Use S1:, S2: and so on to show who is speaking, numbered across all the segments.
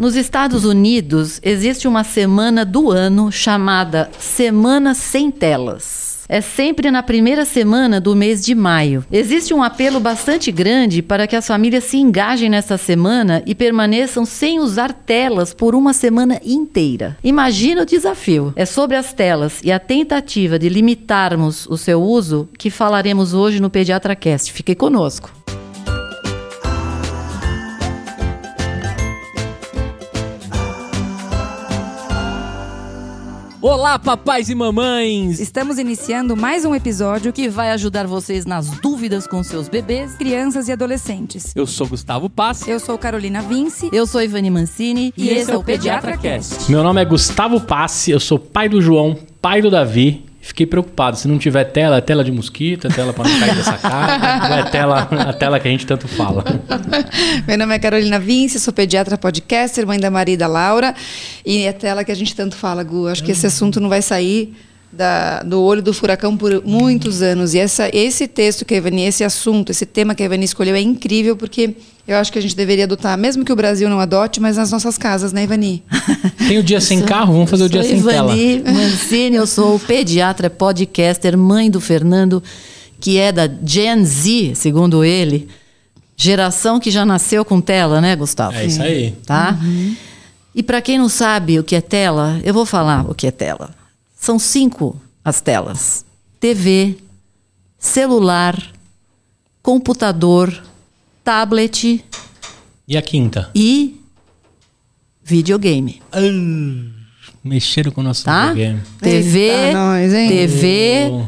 S1: Nos Estados Unidos, existe uma semana do ano chamada Semana Sem Telas. É sempre na primeira semana do mês de maio. Existe um apelo bastante grande para que as famílias se engajem nesta semana e permaneçam sem usar telas por uma semana inteira. Imagina o desafio. É sobre as telas e a tentativa de limitarmos o seu uso que falaremos hoje no Pediatra Cast. Fique conosco.
S2: Olá, papais e mamães!
S3: Estamos iniciando mais um episódio
S1: que vai ajudar vocês nas dúvidas com seus bebês.
S3: Crianças e Adolescentes.
S2: Eu sou Gustavo Pass.
S3: Eu sou Carolina Vince.
S1: Eu sou Ivani Mancini
S3: E esse é o Pediatra Cast.
S2: Meu nome é Gustavo Passe, eu sou pai do João, pai do Davi. Fiquei preocupado, se não tiver tela, é tela de mosquito, é tela para não cair dessa cara, não é tela, a tela que a gente tanto fala.
S3: Meu nome é Carolina Vince, sou pediatra podcaster, mãe da Maria e da Laura. E é tela que a gente tanto fala, Gu. Acho que esse assunto não vai sair da- do olho do furacão por muitos anos. E essa- esse texto que a Ivani, esse assunto, esse tema que a Ivani escolheu é incrível, porque eu acho que a gente deveria adotar, mesmo que o Brasil não adote, mas nas nossas casas, né, Ivani?
S2: Tem o dia sem carro, Tá, vamos fazer o dia
S1: sou
S2: sem tela.
S1: Ivani Mancini, eu sou pediatra, podcaster, mãe do Fernando, que é da Gen Z, segundo ele. Geração que já nasceu com tela, né, Gustavo?
S2: É isso aí.
S1: Tá?
S3: Uhum.
S1: E para quem não sabe o que é tela, eu vou falar o que é tela. São cinco as telas: TV, celular, computador, tablet
S2: E a quinta?
S1: e videogame.
S2: Mexeram com o nosso
S1: Ah. tá?
S2: videogame.
S1: TV,
S3: Eita, nós, hein?
S1: TV,
S2: O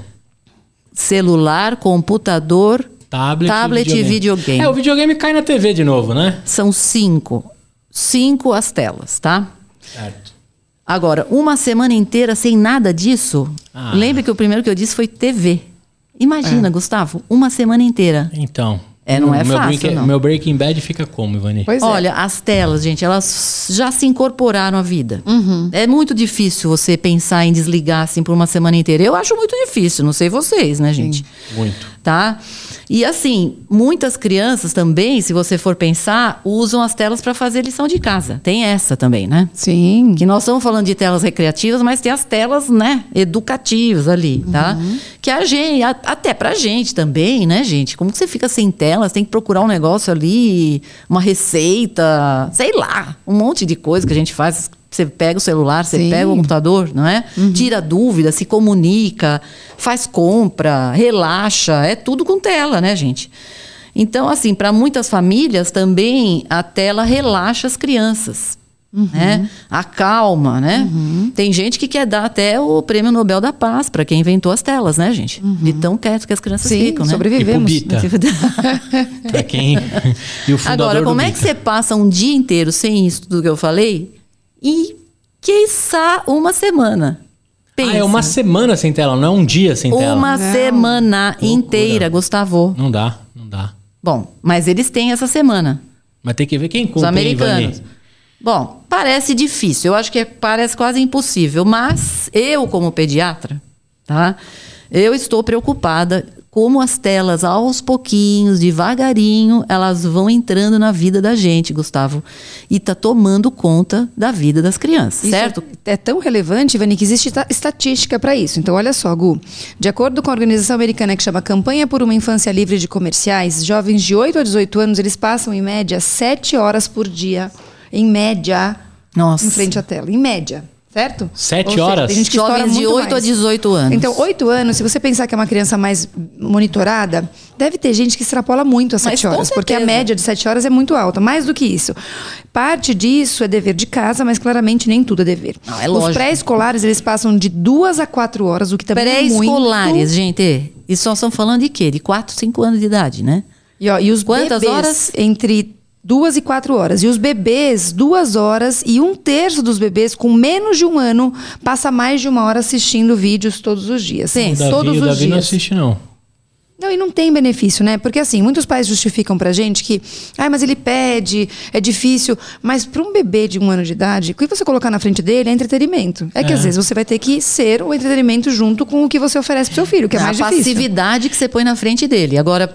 S1: celular, computador,
S2: Tablet,
S1: Tablet e
S2: e
S1: videogame.
S2: É, o videogame cai na TV de novo, né?
S1: são cinco. Cinco as telas, tá?
S2: Certo.
S1: Agora, uma semana inteira sem nada disso.
S2: Ah.
S1: Lembra que o primeiro que eu disse foi TV. Imagina,
S3: É.
S1: Gustavo, uma semana inteira.
S2: Então.
S1: É, não é
S2: meu
S1: fácil,
S2: break-
S1: não.
S2: Meu Breaking Bad fica como, Ivani?
S3: Pois é.
S1: Olha, as telas, gente, elas já se incorporaram à vida.
S3: Uhum.
S1: É muito difícil você pensar em desligar assim por uma semana inteira. Eu acho muito difícil, não sei vocês, né, gente?
S2: Muito.
S1: tá? E assim, muitas crianças também, se você for pensar, usam as telas para fazer lição de casa. Tem essa também, né?
S3: Sim.
S1: Que nós estamos falando de telas recreativas, mas tem as telas, né, educativas ali, tá? Que a gente, a- até pra gente também, né, gente? Como que você fica sem telas? Tem que procurar um negócio ali, uma receita, sei lá, um monte de coisa que a gente faz. Você pega o celular, você
S3: Sim.
S1: pega o computador, não é? Tira dúvida, se comunica, faz compra, relaxa, é tudo com tela, né, gente? Então, assim, para muitas famílias também a tela relaxa as crianças
S3: Uhum.
S1: né? Acalma, né? Tem gente que quer dar até o Prêmio Nobel da Paz para quem inventou as telas, né, gente? De tão quieto que as crianças
S3: Uhum. Sim,
S1: ficam, né?
S3: sobrevivemos.
S2: E cubita. Pra quem. e o fundador
S1: é. Agora,
S2: do
S1: como é
S2: Big.
S1: que você passa um dia inteiro sem isso tudo que eu falei e quiçá uma semana? Pensa.
S2: Ah, é uma semana sem tela, não é um dia sem tela.
S1: Uma
S3: Não.
S1: semana inteira, Gustavo.
S2: Não dá, não dá.
S1: Bom, mas eles têm essa semana.
S2: Mas tem que ver quem
S1: Os
S2: cumpre, hein,
S1: americanos.
S2: Ivani?
S1: Bom, parece difícil, eu acho que é- parece quase impossível, mas eu, como pediatra, tá? Eu estou preocupada como as telas, aos pouquinhos, devagarinho, elas vão entrando na vida da gente, Gustavo, e tá tomando conta da vida das crianças,
S3: Isso
S1: certo?
S3: É tão relevante, Ivani, que existe esta- estatística para isso. Então, olha só, Gu. De acordo com a organização americana que chama Campanha por uma Infância Livre de Comerciais, jovens de 8 a 18 anos, eles passam, em média, 7 horas por dia, em média,
S1: Nossa.
S3: em frente à tela. Em média, certo?
S2: Sete
S3: Ou seja,
S2: horas?
S3: Tem gente que estoura
S1: Jovens de
S3: muito
S1: 8 a
S3: mais.
S1: 18 anos.
S3: Então, 8 anos, se você pensar que é uma criança mais monitorada, deve ter gente que extrapola muito as
S1: Mas
S3: 7
S1: com
S3: horas, porque a
S1: certeza.
S3: média de 7 horas é muito alta, mais do que isso. Parte disso é dever de casa, mas claramente nem tudo é dever.
S1: Não, é lógico.
S3: Os pré-escolares, eles passam de 2 a 4 horas, o que também é muito...
S1: Pré-escolares, gente, e só estão falando de quê? De 4, 5 anos de idade, né?
S3: E, ó, e os
S1: Quantas
S3: bebês,
S1: horas?
S3: Entre duas e quatro horas. E os bebês, duas horas. E um terço dos bebês com menos de um ano passa mais de uma hora assistindo vídeos todos os dias.
S1: Sim.
S2: O Davi,
S3: todos os
S2: o Davi
S3: dias.
S2: não assiste, não.
S3: Não, e não tem benefício, né? Porque assim, muitos pais justificam pra gente que, ai, mas ele pede, é difícil. Mas pra um bebê de um ano de idade, o que você colocar na frente dele é entretenimento. É, que
S2: É.
S3: às vezes você vai ter que ser o entretenimento junto com o que você oferece pro seu filho, que é
S1: a
S3: mais difícil.
S1: passividade que você põe na frente dele. Agora,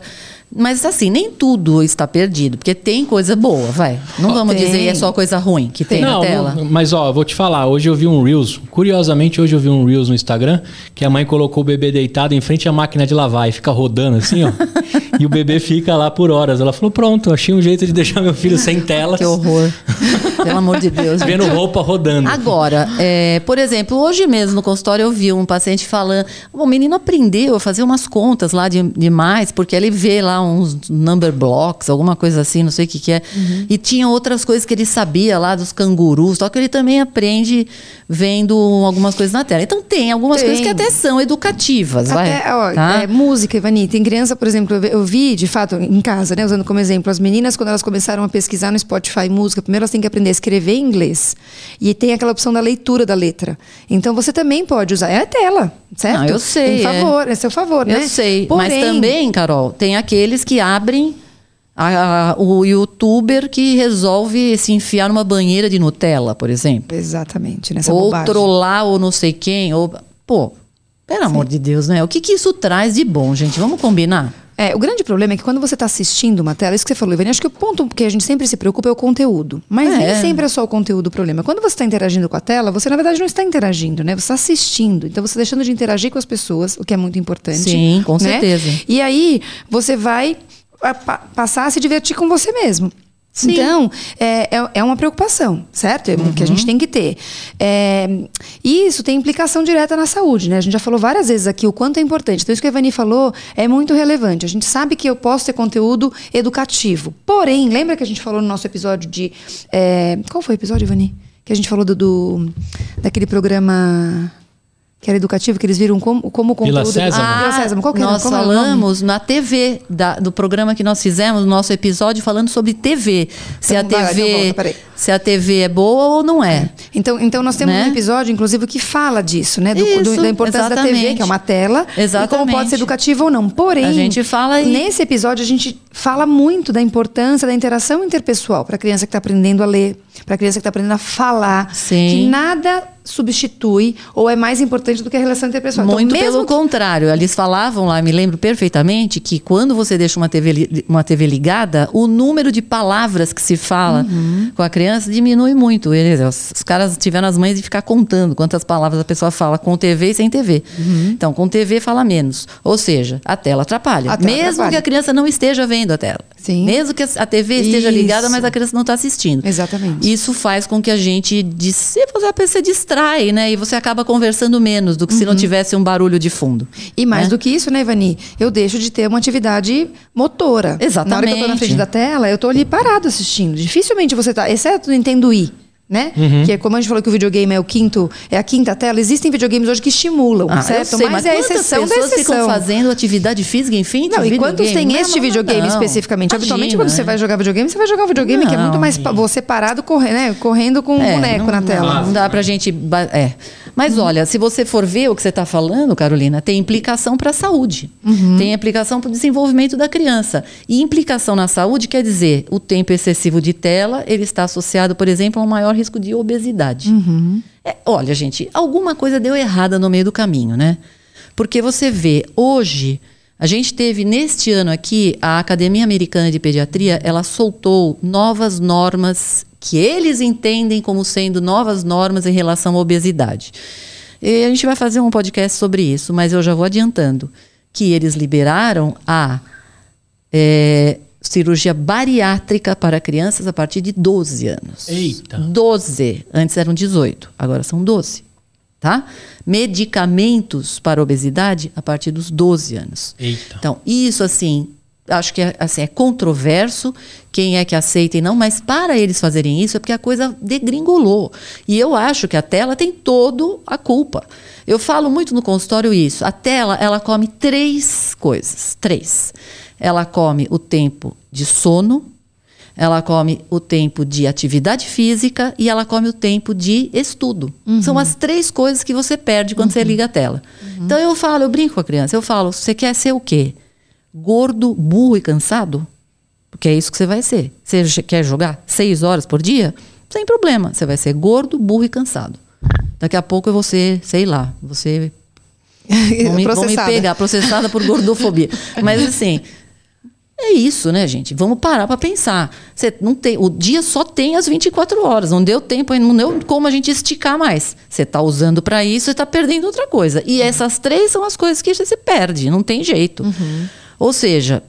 S1: Mas assim, nem tudo está perdido, porque tem coisa boa, vai. Não vamos
S3: tem.
S1: dizer é só coisa ruim que tem
S2: não,
S1: na tela.
S2: não, mas ó, vou te falar, hoje eu vi um Reels, curiosamente hoje eu vi um Reels no Instagram, que a mãe colocou o bebê deitado em frente à máquina de lavar e fica rodando assim, ó. e o bebê fica lá por horas. Ela falou: "Pronto, achei um jeito de deixar meu filho sem telas,
S1: Que horror. Pelo amor de Deus. gente.
S2: vendo roupa rodando".
S1: Agora, é, por exemplo, hoje mesmo no consultório eu vi um paciente falando. O menino aprendeu a fazer umas contas lá de, de mais, porque ele vê lá uns number blocks, alguma coisa assim, não sei o que, que é.
S3: Uhum.
S1: E tinha outras coisas que ele sabia lá dos cangurus, só que ele também aprende vendo algumas coisas na tela. Então tem algumas
S3: Tem.
S1: coisas que até são educativas,
S3: Até,
S1: vai.
S3: ó,
S1: tá?
S3: é, música, Ivani, tem criança, por exemplo, eu vi- eu vi, de fato, em casa, né, usando como exemplo, as meninas, quando elas começaram a pesquisar no Spotify música, primeiro elas têm que aprender a escrever em inglês. E tem aquela opção da leitura da letra. Então você também pode usar. É a tela, certo?
S1: Não, eu sei,
S3: Em
S1: é.
S3: favor, é seu favor, né?
S1: Eu sei,
S3: Porém-
S1: mas também, Carol, tem aqueles que abrem a- a- o youtuber que resolve se enfiar numa banheira de Nutella, por exemplo.
S3: Exatamente, nessa
S1: ou
S3: é bobagem.
S1: trollar ou não sei quem. Ou... Pô, pelo amor de Deus, né? O que, que isso traz de bom, gente? Vamos combinar?
S3: É, o grande problema é que quando você está assistindo uma tela, é isso que você falou, Ivani, acho que o ponto que a gente sempre se preocupa é o conteúdo. Mas
S1: É.
S3: nem sempre é só o conteúdo o problema. Quando você está interagindo com a tela, você na verdade não está interagindo, né? Você está assistindo. Então você está deixando de interagir com as pessoas, o que é muito importante.
S1: Sim, com
S3: né?
S1: certeza.
S3: E aí você vai a, pa- passar a se divertir com você mesmo.
S1: Sim.
S3: Então, é, é, é uma preocupação, certo? É Que a gente tem que ter. É, e isso tem implicação direta na saúde, né? A gente já falou várias vezes aqui o quanto é importante. Então, isso que a Evani falou é muito relevante. A gente sabe que eu posso ter conteúdo educativo. Porém, lembra que a gente falou no nosso episódio de. é, qual foi o episódio, Evani? Que a gente falou do, do- daquele programa que era educativo, que eles viram como, como o
S2: Vila
S3: conteúdo.
S2: Sésamo?
S3: Ah, Vila Sésamo. Qual que era?
S1: nós
S3: Como era o nome?
S1: falamos na TV, da- do programa que nós fizemos, no nosso episódio, falando sobre TV. Se
S3: Então, vai
S1: a
S3: lá,
S1: TV.
S3: então volta, peraí.
S1: se a TV é boa ou não é.
S3: Então, então nós temos
S1: Né?
S3: um episódio, inclusive, que fala disso, né? Do- do-
S1: Isso,
S3: da importância da TV,
S1: exatamente.
S3: que é uma tela. E como
S1: Exatamente.
S3: pode ser educativa ou não. Porém,
S1: A gente fala e-
S3: nesse episódio, a gente fala muito da importância da interação interpessoal para a criança que está aprendendo a ler, para a criança que está aprendendo a falar.
S1: Sim.
S3: Que nada substitui ou é mais importante do que a relação interpessoal.
S1: Muito
S3: então,
S1: pelo
S3: mesmo
S1: contrário, eles falavam lá, me lembro perfeitamente, que quando você deixa uma TV, li- uma TV ligada, o número de palavras que se fala
S3: Uhum.
S1: com a criança diminui muito. Eles, os, os caras tiveram as mães de ficar contando quantas palavras a pessoa fala com TV e sem TV.
S3: Uhum.
S1: Então, com TV fala menos. Ou seja, a tela atrapalha.
S3: A tela
S1: Mesmo
S3: atrapalha.
S1: que a criança não esteja vendo a tela.
S3: Sim.
S1: Mesmo que a TV esteja
S3: Isso.
S1: ligada, mas a criança não está assistindo.
S3: Exatamente.
S1: Isso faz com que a gente dis- você se distrai, né? E você acaba conversando menos do que
S3: Uhum.
S1: se não tivesse um barulho de fundo.
S3: E mais do que isso, né, Ivani? Eu deixo de ter uma atividade motora. Na hora que eu tô na
S1: Exatamente.
S3: frente da tela, eu tô ali parado assistindo. Dificilmente você tá, exceto no Nintendo Wii. Né?
S1: Uhum.
S3: Que é como a gente falou que o videogame é o quinto, é a quinta tela. Existem videogames hoje que estimulam,
S1: Ah, eu
S3: certo?
S1: sei,
S3: mas, é a
S1: quantas
S3: exceção da
S1: pessoas ficam
S3: exceção.
S1: fazendo atividade física, enfim,
S3: Não, e quantos tem
S1: é
S3: este videogame especificamente? Habitualmente, quando você vai jogar videogame, você vai jogar um videogame que é
S1: Não. É,
S3: muito mais pa- você parado correndo, né? correndo com um boneco
S1: não,
S3: na
S1: não,
S3: tela. Uhum.
S1: Não dá pra gente. ba- É. Mas olha, se você for ver o que você está falando, Carolina, tem implicação para a saúde.
S3: Uhum.
S1: Tem implicação para o desenvolvimento da criança. E implicação na saúde quer dizer o tempo excessivo de tela, ele está associado, por exemplo, a um maior risco de obesidade.
S3: Uhum.
S1: É, olha, gente, alguma coisa deu errada no meio do caminho, né? Porque você vê, hoje, a gente teve neste ano aqui, a Academia Americana de Pediatria, ela soltou novas normas que eles entendem como sendo novas normas em relação à obesidade. E a gente vai fazer um podcast sobre isso, mas eu já vou adiantando que eles liberaram a é, cirurgia bariátrica para crianças a partir de 12 anos.
S2: Eita.
S1: 12. Antes eram 18, agora são 12. Tá? Medicamentos para obesidade a partir dos 12 anos.
S2: Eita.
S1: Então, isso assim, acho que é, assim, é controverso quem é que aceita e não, mas para eles fazerem isso é porque a coisa degringolou. E eu acho que a tela tem todo a culpa. Eu falo muito no consultório isso. A tela, ela come três coisas. Três. Ela come o tempo de sono, ela come o tempo de atividade física e ela come o tempo de estudo. São as três coisas que você perde quando você liga a tela. Então eu falo, eu brinco com a criança, eu falo, você quer ser o quê? Gordo, burro e cansado? Porque é isso que você vai ser. Você j- quer jogar seis horas por dia? Sem problema. Você vai ser gordo, burro e cansado. Daqui a pouco eu vou ser, sei lá, você vão me, vão me
S3: Processada.
S1: pegar, processada por gordofobia. Mas assim, É isso, né, gente? Vamos parar para pensar. Você não tem, o dia só tem as 24 horas, não deu tempo, não deu como a gente esticar mais. Você está usando para isso e está perdendo outra coisa. E essas três são as coisas que você perde, não tem jeito.
S3: Uhum.
S1: Ou seja,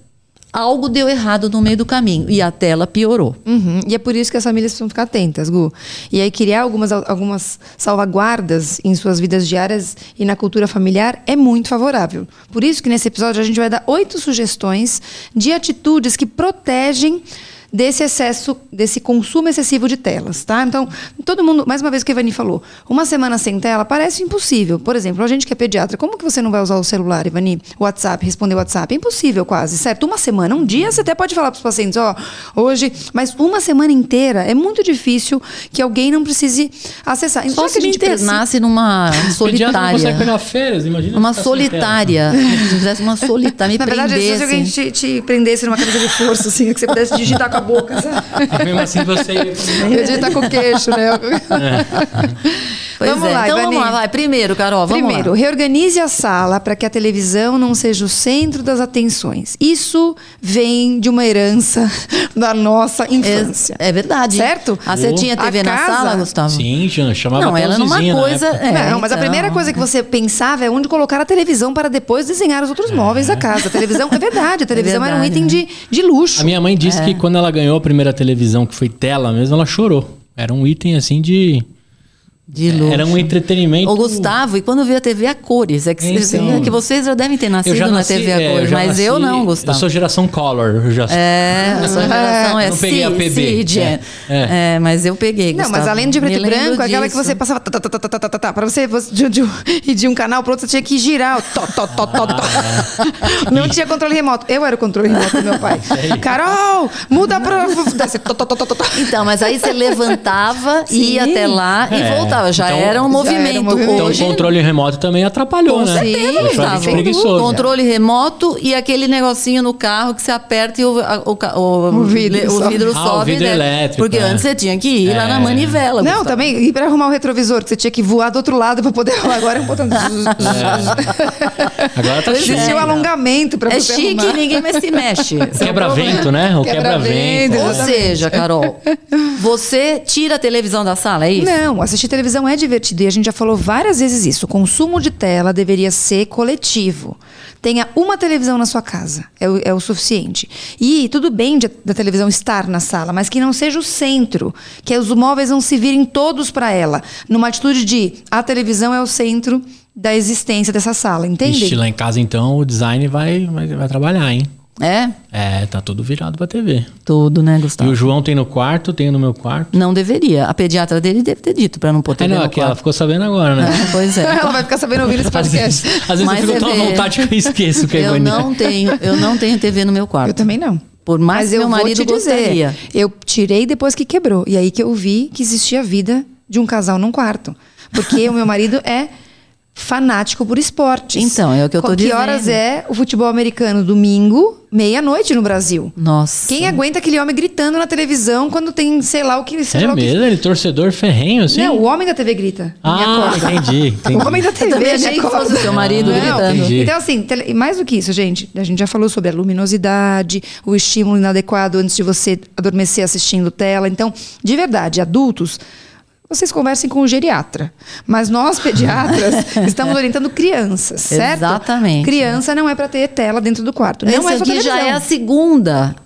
S1: algo deu errado no meio do caminho e a tela piorou.
S3: Uhum, E é por isso que as famílias precisam ficar atentas, Gu. E aí criar algumas, algumas salvaguardas em suas vidas diárias e na cultura familiar é muito favorável. Por isso que nesse episódio a gente vai dar oito sugestões de atitudes que protegem desse excesso, desse consumo excessivo de telas, tá? Então, todo mundo, mais uma vez o que a Ivani falou, uma semana sem tela parece impossível. Por exemplo, a gente que é pediatra, como que você não vai usar o celular, Ivani? WhatsApp, responder WhatsApp, é impossível quase, certo? Uma semana, um dia você até pode falar para os pacientes, ó, hoje, mas uma semana inteira é muito difícil que alguém não precise acessar. Então,
S1: Só
S3: Já
S1: se
S3: a
S1: me
S3: gente precisa-
S1: internasse numa
S2: Pediatra não consegue
S1: solitária.
S2: pegar férias, imagina.
S1: Uma
S2: ficar sem tela.
S1: solitária. Se fizesse uma solitária, me
S3: um tá Na verdade, é se alguém
S1: prendesse.
S3: te, te prendesse numa camisa de força, assim, que você pudesse digitar com a boca, sabe?
S2: Mesmo assim você.
S3: Digitar com o queixo, né?
S1: Pois
S3: vamos
S1: é.
S3: lá,
S1: então vamos
S3: Ivani.
S1: lá, vai. Primeiro, Carol, vamos
S3: Primeiro,
S1: lá.
S3: reorganize a sala para que a televisão não seja o centro das atenções. Isso vem de uma herança da nossa infância.
S1: É, é verdade.
S3: Certo?
S1: Ah, você
S2: Ou-
S1: tinha TV
S3: A
S1: na
S3: casa-
S1: sala, Gustavo?
S2: Sim, já chamava
S1: Não,
S2: até
S1: ela
S2: os
S1: numa
S2: vizinhos na
S1: coisa.
S2: época.
S1: é,
S3: não, mas a
S1: então.
S3: primeira coisa que você pensava é onde colocar a televisão para depois desenhar os outros móveis da casa. A televisão, é verdade, a televisão era um
S1: É. verdade,
S3: item de, de luxo.
S2: A minha mãe disse
S1: É.
S2: que quando ela ganhou a primeira televisão, que foi tela mesmo, ela chorou. Era um item assim de.
S1: De luxo.
S2: Era um entretenimento.
S1: O Gustavo, e quando vê a TV a cores, é que, vocês-
S2: Então.
S1: é que vocês já devem ter nascido na TV a
S2: é,
S1: cores,
S2: já
S1: mas eu
S2: nasci-
S1: não, Gustavo.
S2: Eu sou geração color. Eu já
S1: É, a sua geração é
S2: Não peguei a
S1: Ci-
S2: PB,
S1: Cid, é.
S2: é.
S1: É, mas eu peguei,
S3: Não, mas
S1: Gustavo.
S3: além de preto
S1: Me
S3: e
S1: lembro
S3: branco, é aquela que
S1: disso.
S3: você passava tá, tá, tá, tá, tá, tá, tá, tá, pra você, você de, de, um- e de um canal pro outro, você tinha que girar. o Tó, tó, tó, tó,
S1: Ah.
S3: tó. Não tinha controle remoto. Eu era o controle remoto do meu pai. Carol, muda pra... Daí você, tó, tó, tó, tó, tó, tó.
S1: Então, mas aí você levantava, ia
S3: Sim.
S1: até lá e
S2: É,
S1: voltava. Já era
S2: então-
S1: um
S3: Já era um
S1: movimento.
S3: movimento.
S2: Então
S1: Hoje,
S2: o controle remoto também atrapalhou, né?
S1: certeza,
S2: Deixou a
S1: Gustavo.
S2: gente preguiçoso.
S1: Controle remoto e aquele negocinho no carro que você aperta e o, a- o, ca- o,
S3: O vidro
S1: le- o
S3: sobe.
S1: vidro
S2: Ah, o
S1: sobe.
S2: vidro
S1: né?
S2: elétrico,
S1: Porque
S2: é.
S1: antes você tinha que ir lá na
S2: É.
S1: manivela.
S3: Não,
S1: Gustavo.
S3: também, e pra arrumar o retrovisor, que você tinha que voar do outro lado pra poder... Agora é um botão...
S2: Agora tá chique.
S3: Existia um alongamento pra
S1: É
S3: você
S1: chique,
S3: arrumar.
S1: ninguém mais se mexe.
S2: Quebra-vento, né? O
S3: Quebra-vento.
S2: quebra-vento.
S1: Ou
S3: Exatamente.
S1: seja, Carol, você tira a televisão da sala, é isso?
S3: Não, assistir televisão é divertido e a gente já falou várias vezes isso. O consumo de tela deveria ser coletivo. Tenha uma televisão na sua casa, é o, é o suficiente. E tudo bem de- da televisão estar na sala, mas que não seja o centro, que os móveis não se virem todos para ela, numa atitude de a televisão é o centro da existência dessa sala, entende?
S2: Ixi, lá em casa então o design vai, vai, vai trabalhar, hein?
S1: É?
S2: É, tá tudo virado pra TV.
S1: Tudo, né,
S2: E
S1: Gustavo?
S2: o João tem no quarto, tem no meu quarto.
S1: Não deveria. A pediatra dele deve ter dito pra não pôr
S2: É,
S1: TV
S2: não,
S1: no
S2: aqui ela
S1: quarto.
S2: ficou sabendo agora, né?
S1: Pois é.
S3: Ela vai ficar sabendo ouvir esse
S2: Às vezes,
S3: podcast.
S2: às vezes eu
S1: Mas
S2: fico
S1: é
S2: tão à
S1: ver.
S2: vontade que eu esqueço que é
S1: Eu
S2: agonia.
S1: não tenho, eu não tenho TV no meu
S3: Eu
S1: quarto.
S3: também não.
S1: Por mais
S3: Mas
S1: que
S3: eu
S1: meu
S3: vou
S1: marido
S3: te dizer,
S1: gostaria.
S3: eu tirei depois que quebrou. E aí que eu vi que existia a vida de um casal num quarto. Porque o meu marido é fanático por esportes.
S1: Então, é o que eu tô
S3: Que horas
S1: dizendo.
S3: é o futebol americano? Domingo, meia-noite no Brasil.
S1: Nossa.
S3: Quem aguenta aquele homem gritando na televisão quando tem, sei lá, o que...
S2: É
S3: seja lá o que-
S2: mesmo? Ele é torcedor ferrenho, assim?
S3: Não, o homem da TV grita. me
S2: ah,
S3: acorda.
S2: entendi. entendi.
S3: O homem da TV
S1: também
S3: me
S1: achei que fosse
S3: acorda.
S1: o seu marido gritando.
S2: Entendi.
S3: né, Então, assim, tele- e mais do que isso, gente, a gente já falou sobre a luminosidade, o estímulo inadequado antes de você adormecer assistindo tela. Então, de verdade, adultos. Vocês conversem com o geriatra. Mas nós, pediatras, estamos orientando crianças, certo?
S1: Exatamente.
S3: Criança não é para ter tela dentro do quarto. Não
S1: Essa
S3: é só
S1: aqui já é
S3: televisão.
S1: a segunda.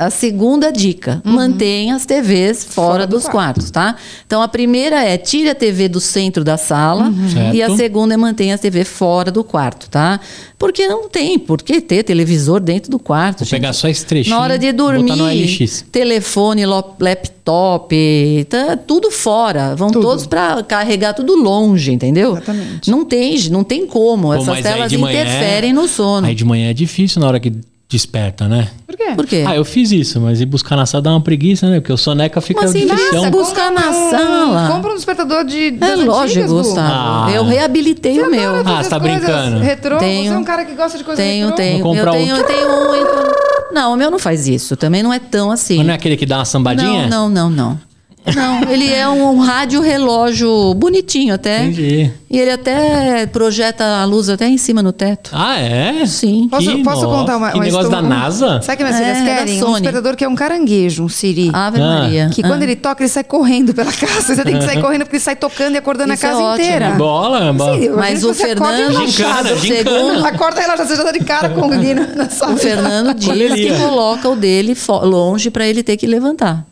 S1: A segunda dica, mantenha as TVs fora,
S3: Uhum. Fora do
S1: dos quartos, tá? Então a primeira é tire a TV do centro da sala
S3: Uhum.
S1: e a
S2: Certo.
S1: segunda é mantenha a TV fora do quarto, tá? Porque não tem por que ter televisor dentro do quarto.
S2: Vou
S1: gente.
S2: pegar só esse trechinho.
S1: Na hora de
S2: botar no
S1: dormir,
S2: LX.
S1: telefone, lo- laptop, tá tudo fora. Vão todos para carregar tudo longe, entendeu?
S3: Exatamente.
S1: Não tem, não tem como.
S2: Pô,
S1: Essas
S2: mas aí
S1: telas
S2: de manhã-
S1: interferem no sono.
S2: Aí de manhã é difícil na hora que desperta, né?
S3: Por quê?
S1: Por quê?
S2: Ah, eu fiz isso, mas ir buscar na sala dá uma preguiça, né? Porque o soneca fica
S1: Mas assim,
S2: difícil.
S1: nossa, buscar na
S3: Compra um-
S1: sala.
S3: Compra um despertador de.
S1: É
S3: das
S1: lógico,
S3: antigas, Gu.
S1: Gustavo.
S2: Ah.
S1: Eu reabilitei o meu.
S2: Ah, você tá
S3: Essas coisas
S2: brincando.
S3: Retrô, você é
S1: Tenho.
S3: um cara que gosta de coisa
S1: Tenho,
S3: retrô.
S1: tenho.
S2: Vou
S1: Eu
S2: comprar
S1: tenho, eu
S2: outro.
S1: tenho um. então- Não, o meu não faz isso. Também não é tão assim.
S2: Mas não é aquele que dá uma sambadinha?
S1: Não, não, não, não. Não, ele é um, um rádio relógio bonitinho até.
S2: Entendi.
S1: E ele até projeta a luz até em cima no teto.
S2: Ah, é?
S1: Sim.
S3: Posso,
S2: Que
S3: posso
S2: nó-
S3: contar uma,
S2: que
S3: uma
S2: negócio
S3: história-
S2: da NASA?
S3: Sabe o que minhas
S1: É,
S3: filhas
S1: da
S3: querem? Um
S1: Sony.
S3: despertador que é um caranguejo, um siri.
S1: Ave
S2: Ah,
S1: Maria.
S3: Que
S1: Ah.
S3: quando ele toca, ele sai correndo pela casa. Você tem que sair correndo porque ele sai tocando e acordando
S1: Isso
S3: a
S1: é
S3: casa
S1: ótimo.
S3: inteira.
S2: Bola, bola.
S3: Sim, eu
S1: Ah. Mas
S3: acredito
S1: o
S3: que você acorda
S1: Fernando,
S2: Gincana,
S1: o
S2: gincana.
S1: segundo,
S3: Acorda ela já você já tá de cara com o menino na sala.
S1: o Fernando diz que
S2: Poderia.
S1: coloca o dele fo- longe para ele ter que levantar.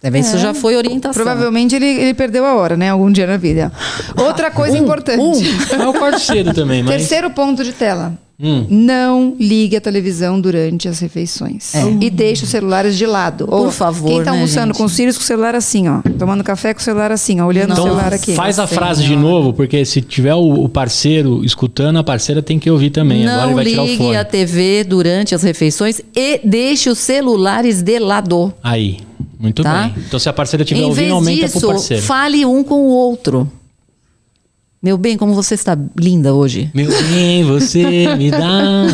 S1: Também
S3: É.
S1: isso já foi orientação.
S3: Provavelmente ele, ele perdeu a hora, né? Algum dia na vida. Outra coisa importante.
S2: Um, eu acordo cedo também, mas...
S3: Terceiro ponto de tela.
S2: Hum.
S3: Não ligue a televisão durante as refeições. E deixe os celulares de lado.
S1: Por favor,
S3: Quem tá
S1: né,
S3: almoçando
S1: gente?
S3: com os filhos com o celular assim, ó. Tomando café com o celular assim, ó. Olhando
S2: Então
S3: o celular aqui.
S2: faz a
S1: Nossa
S2: frase de
S1: Senhora.
S2: novo, porque se tiver o, o parceiro escutando, a parceira tem que ouvir também. Agora ele
S1: Não
S2: vai tirar o
S1: ligue
S2: fone.
S1: a TV durante as refeições e deixe os celulares de lado.
S2: Aí, muito
S1: Tá?
S2: bem. Então se a parceira estiver
S1: em
S2: ouvindo,
S1: vez
S2: aumenta pro
S1: disso,
S2: parceiro.
S1: fale um com o outro. Meu bem, como você está linda hoje.
S2: Meu bem, você me dá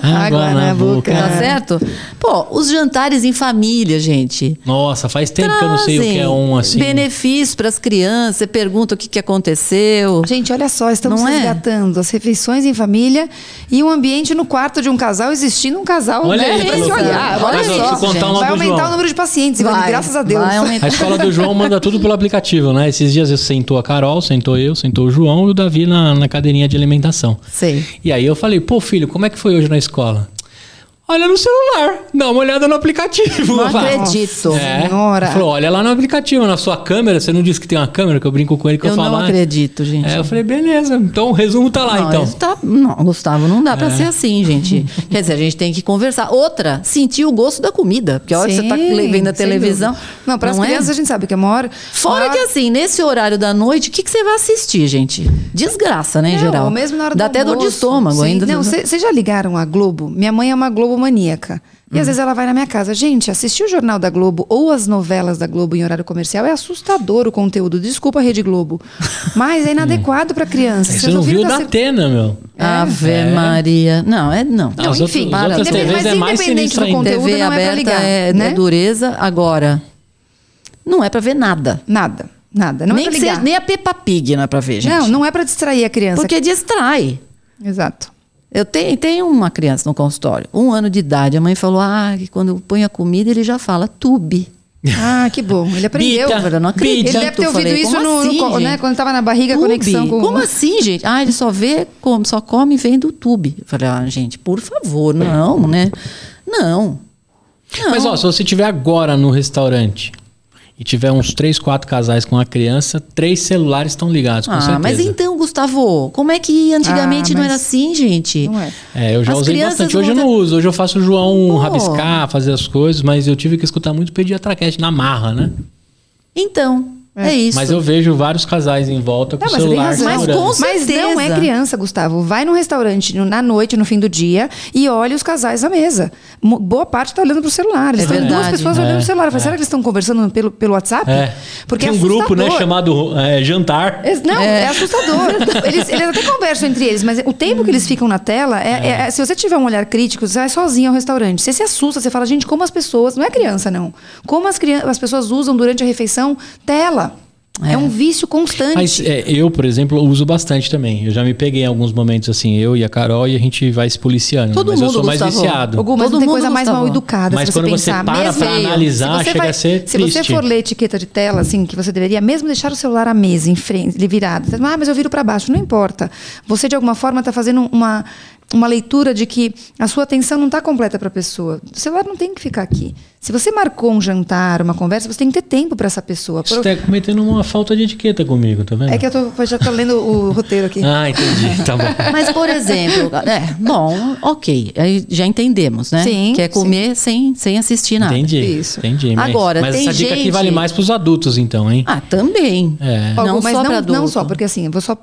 S2: água, na, boca.
S1: Tá certo? Pô, os jantares em família, gente.
S2: Nossa, faz tempo que eu não sei o que é um assim.
S1: benefícios para as crianças, você pergunta o que, que aconteceu.
S3: Gente, olha só, estamos
S1: Não é?
S3: resgatando as refeições em família e um ambiente no quarto de um casal existindo um casal.
S2: Olha
S3: né?
S2: aí,
S3: Tem
S2: tá
S3: esse
S2: louco.
S3: olhar, olha
S1: Mas, ó,
S3: só.
S1: deixa eu contar
S3: gente.
S1: uma
S3: vai
S2: pro
S3: aumentar
S2: João.
S3: o número de pacientes, Ivani,
S1: Vai,
S3: graças a Deus.
S1: vai aumentar.
S2: A escola do João manda tudo pelo aplicativo, né? Esses dias eu sentou a Carol, sentou eu, sentou o João e o Davi na, na cadeirinha de alimentação.
S1: Sei.
S2: E aí eu falei, pô, filho, como é que foi hoje na escola? Olha no celular, dá uma olhada no aplicativo.
S1: Não
S2: Eu falei,
S1: acredito.
S2: É.
S3: Senhora.
S2: Ele Falou, olha lá no aplicativo, na sua câmera. Você não disse que tem uma câmera, que eu brinco com ele que eu,
S1: Eu
S2: falo.
S1: não
S2: ah,
S1: acredito, gente.
S2: É, eu falei, beleza. Então o resumo tá
S3: Ah,
S2: lá,
S1: não,
S2: então.
S1: isso tá- não, Gustavo, não dá
S3: É.
S1: pra ser assim, gente. Quer dizer, a gente tem que conversar. Outra, sentir o gosto da comida. Porque a hora que você tá
S3: Sim,
S1: le- vendo a
S3: sem
S1: televisão.
S3: dúvida. Não, para as
S1: é?
S3: crianças a gente sabe que é uma hora.
S1: Fora
S3: uma
S1: que assim, nesse horário da noite, o que, que você vai assistir, gente? Desgraça, né, em
S3: Não,
S1: geral?
S3: ou mesmo na hora
S1: Dá
S3: do
S1: até dor de
S3: almoço.
S1: estômago
S3: Sim.
S1: ainda. né?
S3: Não, vocês já ligaram a Globo? Minha mãe é uma Globo maníaca. E
S1: Hum.
S3: às vezes ela vai na minha casa. Gente, assistir o Jornal da Globo ou as novelas da Globo em horário comercial é assustador o conteúdo. Desculpa, Rede Globo. Mas é inadequado para criança.
S2: Você
S3: Seus
S2: não viu
S3: ouvidos
S2: o da
S3: da
S2: Atena, meu.
S1: Ave
S3: É.
S1: Maria. Não, é não.
S2: Ah, os
S3: enfim,
S2: outros-
S1: para,
S2: as outras
S1: independe-
S2: TVs
S3: mas
S2: é mais
S3: independente
S2: sinistro
S3: do
S2: ainda.
S3: conteúdo.
S1: TV
S3: não é pra
S1: aberta
S3: ligar,
S1: é,
S3: né?
S1: é dureza. Agora, não é pra ver nada.
S3: Nada, nada. Não
S1: nem,
S3: é pra
S1: que seja-
S3: ligar.
S1: nem a Peppa Pig não é pra ver, gente.
S3: Não, não é para distrair a criança.
S1: Porque distrai.
S3: Exato.
S1: Eu tenho, tenho uma criança no consultório, um ano de idade. A mãe falou: ah, que quando eu ponho a comida, ele já fala tube.
S3: Ah, que bom. Ele aprendeu.
S1: Eu
S2: Bita.
S1: falei, eu não acredito.
S3: Ele deve ter
S1: Eu
S3: ouvido
S1: falei,
S3: isso
S1: como
S3: no, no
S1: assim,
S3: co- né,
S1: gente?
S3: quando estava na barriga,
S1: Tube?
S3: conexão com...
S1: Como assim, gente? Ah, ele só vê, como, só come e vem do tube. Eu falei, ah, gente, por favor, não, né? Não. não.
S2: É. Mas ó, se você tiver agora no restaurante e tiver uns três, quatro casais com a criança, três celulares estão ligados, com
S1: ah,
S2: certeza.
S1: mas então, Gustavo, como é que antigamente
S3: Ah,
S1: não
S3: mas-
S1: era assim, gente?
S3: Não é.
S2: É, eu já
S1: As
S2: usei
S1: crianças
S2: bastante. Hoje eu
S1: vão
S2: não uso. Hoje eu faço o João
S1: Pô.
S2: rabiscar, fazer as coisas, mas eu tive que escutar muito pediatraquete na marra, né?
S1: Então, é, isso.
S2: Mas eu vejo vários casais em volta com
S3: Não,
S2: o
S3: Tá, mas você tem
S2: celular.
S3: razão.
S1: Mas
S2: segurando.
S1: com
S3: Mas não é
S1: certeza.
S3: criança, Gustavo. Vai num restaurante no- na noite, no fim do dia, e olha os casais à mesa. Mo- Boa parte está olhando para o celular. Eles
S1: É
S3: estão duas
S1: verdade.
S3: pessoas
S2: É,
S3: olhando para o celular. Fala, Será que eles estão conversando pelo, pelo WhatsApp?
S2: É.
S3: Porque
S2: Tem
S3: é
S2: um grupo, né,
S3: assustador.
S2: chamado é, Jantar.
S3: Eles- Não, é,
S1: É.
S3: assustador. Eles, eles até conversam entre eles, mas o tempo que eles ficam na tela, é, é- é- se você tiver um olhar crítico, você vai sozinho ao restaurante. Você se assusta, você fala, gente, como as pessoas. Não é criança, não. Como as, crian- as pessoas usam durante a refeição tela. É, um vício constante.
S2: Mas é, eu, por exemplo, uso bastante também. Eu já me peguei em alguns momentos assim, eu e a Carol, e a gente vai se policiando.
S1: Todo
S2: mas eu
S1: mundo,
S2: sou mais
S1: Gustavo.
S2: viciado.
S3: Ô, Gu, mas
S1: Todo
S3: não tem
S1: mundo
S3: coisa mais
S1: gostava.
S3: mal educada
S2: Mas
S3: se você
S2: quando você
S3: pensar.
S2: para
S3: mesmo
S2: pra analisar,
S3: se você
S2: chega a ser
S3: Se você
S2: triste.
S3: for ler etiqueta de tela, assim, que você deveria mesmo deixar o celular à mesa, em frente, ele virado. Ah, mas eu viro para baixo. Não importa. Você, de alguma forma, está fazendo uma, uma leitura de que a sua atenção não está completa para a pessoa. O celular não tem que ficar aqui. Se você marcou um jantar, uma conversa, você tem que ter tempo para essa pessoa.
S2: Você está tá cometendo uma falta de etiqueta comigo, tá vendo?
S3: É que eu tô- eu já estou lendo o roteiro aqui.
S2: Ah, entendi. Tá bom.
S1: Mas, por exemplo, é, bom, ok, aí já entendemos, né?
S3: Sim,
S1: Que é comer sem, sem assistir nada.
S2: Entendi.
S3: Isso.
S2: Entendi. Mas,
S1: Agora,
S2: mas
S1: tem
S2: essa dica aqui
S1: gente-
S2: vale mais pros adultos, então, hein?
S1: Ah, também.
S2: É.
S1: Não
S3: Algo, mas
S1: só
S3: não,
S1: pra adulto.
S3: não só, porque assim, eu vou só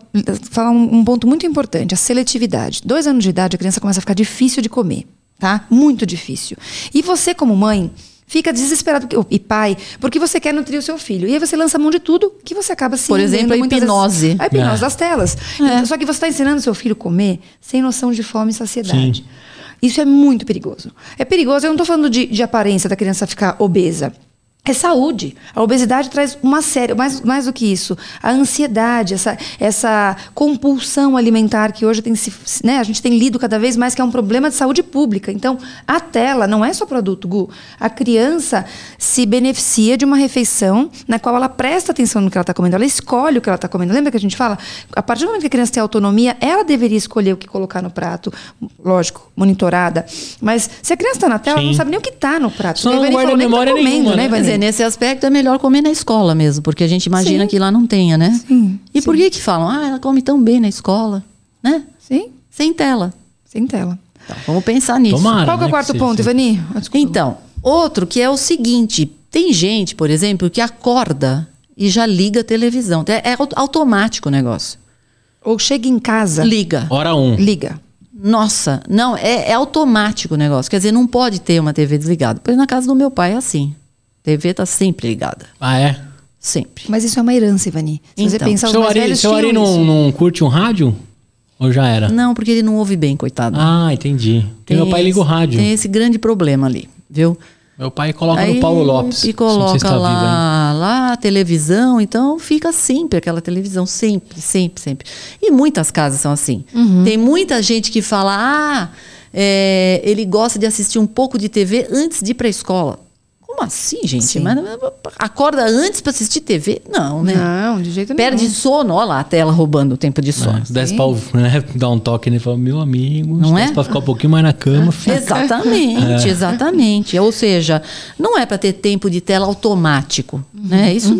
S3: falar um, um ponto muito importante, a seletividade. Dois anos de idade, a criança começa a ficar difícil de comer, tá? Muito difícil. E você, como mãe, fica desesperado, porque- e pai, porque você quer nutrir o seu filho. E aí você lança a mão de tudo que você acaba se
S1: Por
S3: rendendo
S1: exemplo, a
S3: muitas
S1: hipnose.
S3: Vezes, a hipnose
S2: É.
S3: das telas. Então, só que você está ensinando seu filho a comer sem noção de fome e saciedade. Isso é muito perigoso. É perigoso, eu não estou falando de, de aparência da criança ficar obesa. É saúde. A obesidade traz uma série, mais, mais do que isso, a ansiedade, essa, essa compulsão alimentar que hoje tem se, né, a gente tem lido cada vez mais que é um problema de saúde pública. Então, a tela não é só produto, Gu. A criança se beneficia de uma refeição na qual ela presta atenção no que ela está comendo, ela escolhe o que ela está comendo. Lembra que a gente fala? A partir do momento que a criança tem autonomia, ela deveria escolher o que colocar no prato. Lógico, monitorada. Mas se a criança está na tela, ela não
S2: Sim.
S3: sabe nem o que está no prato.
S2: Só
S3: Porque
S2: não
S3: Ivani
S2: guarda
S3: falou nem o que tá
S2: memória
S3: comendo,
S2: nenhuma, né?
S1: Quer dizer,
S3: Ivani?
S1: nesse aspecto é melhor comer na escola mesmo, porque a gente imagina
S3: Sim.
S1: que lá não tenha, né?
S3: Sim,
S1: E por que que falam, ah, ela come tão bem na escola, né?
S3: Sim,
S1: Sem tela.
S3: sem tela.
S1: Então, vamos pensar nisso.
S2: Tomara.
S3: Qual que é
S2: né,
S3: o quarto
S2: se-
S3: ponto,
S2: se-
S3: Ivani? Ah, desculpa.
S1: Então, outro que é o seguinte: tem gente, por exemplo, que acorda e já liga a televisão. É, é au- automático o negócio.
S3: Ou chega em casa,
S1: Liga.
S2: Hora um.
S3: liga.
S1: Nossa, não, é, é automático o negócio. Quer dizer, não pode ter uma TV desligada. Pois na casa do meu pai é assim. A TV tá sempre ligada.
S2: Ah, é?
S1: Sempre.
S3: Mas isso é uma herança, Ivani. Se você
S1: Então,
S2: Seu
S3: pensar, os mais
S2: Ari,
S3: velhos
S2: seu Ari
S3: tinham
S2: não,
S3: isso.
S2: não curte um rádio? Ou já era?
S1: Não, porque ele não ouve bem, coitado.
S2: Ah, entendi. Porque meu pai liga o
S1: esse-
S2: rádio.
S1: Tem esse grande problema ali, viu?
S2: Meu pai coloca
S1: Aí
S2: no Paulo Lopes.
S1: E
S2: não
S1: coloca
S2: sei se tá vivo ainda.
S1: lá, lá a televisão, então fica sempre aquela televisão, sempre, sempre, sempre. E muitas casas são assim.
S3: Uhum.
S1: Tem muita gente que fala, ah, é, ele gosta de assistir um pouco de TV antes de ir para a escola. Como assim, gente?
S3: Sim.
S1: Mas, mas, acorda antes para assistir TV? Não, né?
S3: Não, de jeito nenhum.
S1: Perde sono, olha lá a tela roubando o
S2: É.
S1: tempo de sono.
S2: Se desse Ah, pra né, dar um toque nele e falar, meu amigo,
S1: Não
S2: se
S1: é?
S2: desse pra ficar um pouquinho mais na cama. filho.
S1: Exatamente, exatamente. Ou seja, não é para ter tempo de tela automático, né? Isso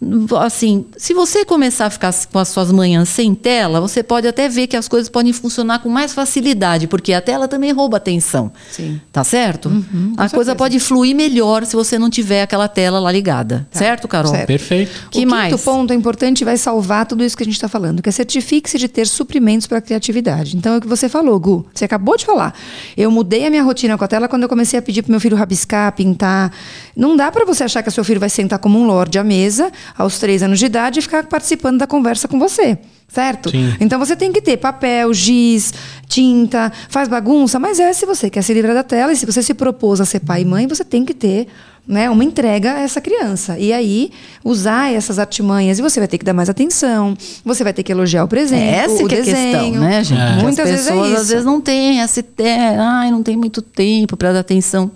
S1: não assim, se você começar a ficar com as suas manhãs sem tela, você pode até ver que as coisas podem funcionar com mais facilidade, porque a tela também rouba atenção.
S3: Sim.
S1: Tá certo? a coisa pode fluir melhor se você não tiver aquela tela lá ligada. Tá. Certo, Carol?
S3: Certo.
S2: Perfeito.
S1: O que
S3: o
S1: mais?
S3: quinto ponto é importante e vai salvar tudo isso que a gente está falando, que é certifique-se de ter suprimentos para a criatividade. Então é o que você falou, Gu. Você acabou de falar. Eu mudei a minha rotina com a tela quando eu comecei a pedir para meu filho rabiscar, pintar. Não dá para você achar que seu filho vai sentar como um lorde à mesa aos três anos de idade e ficar participando da conversa com você. Certo?
S2: Sim.
S3: Então você tem que ter papel, giz, tinta, faz bagunça, mas é se você quer se livrar da tela e se você se propôs a ser pai e mãe, você tem que ter né, uma entrega a essa criança. E aí, usar essas artimanhas e você vai ter que dar mais atenção, você vai ter que elogiar o presente,
S1: Essa
S3: o
S1: que é a
S3: desenho.
S1: questão, né, gente?
S2: É.
S1: Que
S3: Muitas
S1: as
S3: vezes é
S1: pessoas
S3: isso.
S1: às vezes não têm esse té- ai, não tem muito tempo para dar atenção.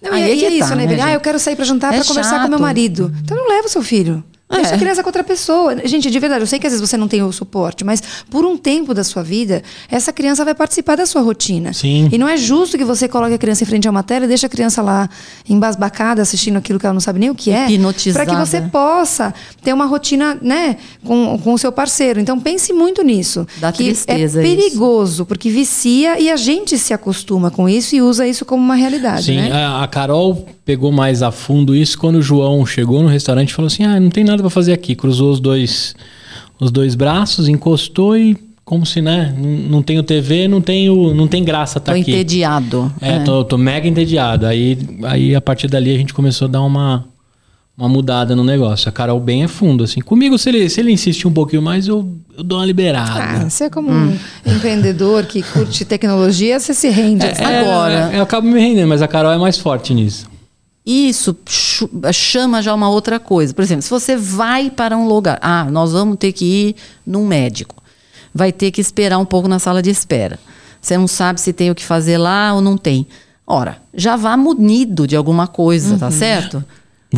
S3: Não,
S1: Aí
S3: e,
S1: é
S3: e
S1: que
S3: é isso,
S1: tá,
S3: né?
S1: né,
S3: Vini? ah,
S1: gente?
S3: eu quero sair pra jantar
S1: É
S3: pra conversar com meu
S1: chato.
S3: marido. Então não leva o seu filho. Deixa
S1: É.
S3: a criança com outra pessoa. Gente, de verdade, eu sei que às vezes você não tem o suporte, mas por um tempo da sua vida, essa criança vai participar da sua rotina.
S2: Sim.
S3: E não é justo que você coloque a criança em frente a uma tela e deixe a criança lá embasbacada assistindo aquilo que ela não sabe nem o que é.
S1: Hipnotizada.
S3: Pra que você possa ter uma rotina, né, com, com o seu parceiro. Então pense muito nisso.
S1: Dá
S3: que
S1: tristeza
S3: É
S1: isso.
S3: perigoso, porque vicia e a gente se acostuma com isso e usa isso como uma realidade,
S2: Sim,
S3: né?
S2: a, a Carol pegou mais a fundo isso quando o João chegou no restaurante e falou assim: "Ah, não tem nada pra fazer aqui". Cruzou os dois os dois braços, encostou e como se, né, n- não tenho TV, não tenho, não tem graça tá
S1: Tô
S2: aqui.
S1: entediado.
S2: É, Tô, tô mega entediado. Aí, aí a partir dali a gente começou a dar uma, uma mudada no negócio. A Carol bem é fundo, assim. Comigo, se ele, se ele insistir um pouquinho mais, eu, eu dou uma liberada.
S3: Ah, você como
S1: Hum.
S3: um empreendedor que curte tecnologia, você se rende.
S2: É,
S1: agora-
S2: Eu acabo me rendendo, mas a Carol é mais forte nisso.
S1: Isso chu- chama já uma outra coisa. Por exemplo, se você vai para um lugar, ah, nós vamos ter que ir num médico. Vai ter que esperar um pouco na sala de espera. Você não sabe se tem o que fazer lá ou não tem. Ora, já vá munido de alguma coisa,
S2: Uhum.
S1: tá certo?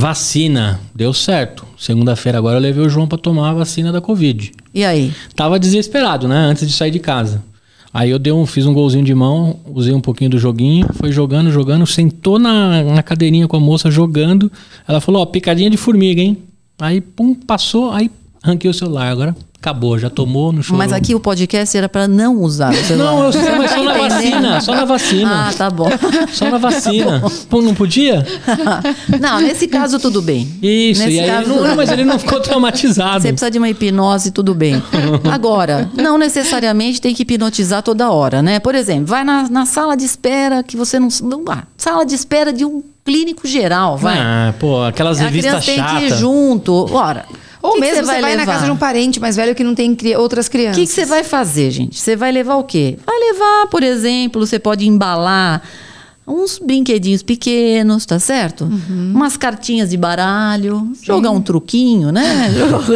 S2: Vacina, deu certo. Segunda-feira agora eu levei o João pra tomar a vacina da Covid.
S1: E aí?
S2: Tava desesperado, né? Antes de sair de casa. Aí eu dei um, fiz um golzinho de mão, usei um pouquinho do joguinho, foi jogando, jogando, sentou na, na cadeirinha com a moça jogando. Ela falou, ó, picadinha de formiga, hein? Aí, pum, passou, aí arranquei o celular. Agora acabou, já tomou, não chorou.
S1: Mas aqui o podcast era para não usar o celular.
S2: Não, eu sei, mas só na
S1: Entendendo?
S2: vacina, só na vacina.
S1: Ah, tá bom.
S2: Só na vacina. Pô, não podia?
S1: não, nesse caso tudo bem.
S2: Isso,
S1: Nesse
S2: e aí.
S1: caso,
S2: não,
S1: tudo bem.
S2: não, mas ele não ficou traumatizado.
S1: Você precisa de uma hipnose, tudo bem. Agora, não necessariamente tem que hipnotizar toda hora, né? Por exemplo, vai na, na sala de espera que você não. não ah, sala de espera de um clínico geral, vai.
S2: Ah, pô, aquelas
S1: a criança
S2: revistas
S1: tem que ir
S2: chatas.
S1: junto. Ora.
S3: Ou
S1: que que
S3: mesmo você vai, na
S1: levar?
S3: casa de um parente mais velho que não tem cri- outras
S1: O
S3: crianças.
S1: que que você vai fazer, gente? Você vai levar o quê? Vai levar, por exemplo, você pode embalar uns brinquedinhos pequenos, tá certo?
S3: Uhum.
S1: Umas cartinhas de baralho, jogar um truquinho, né?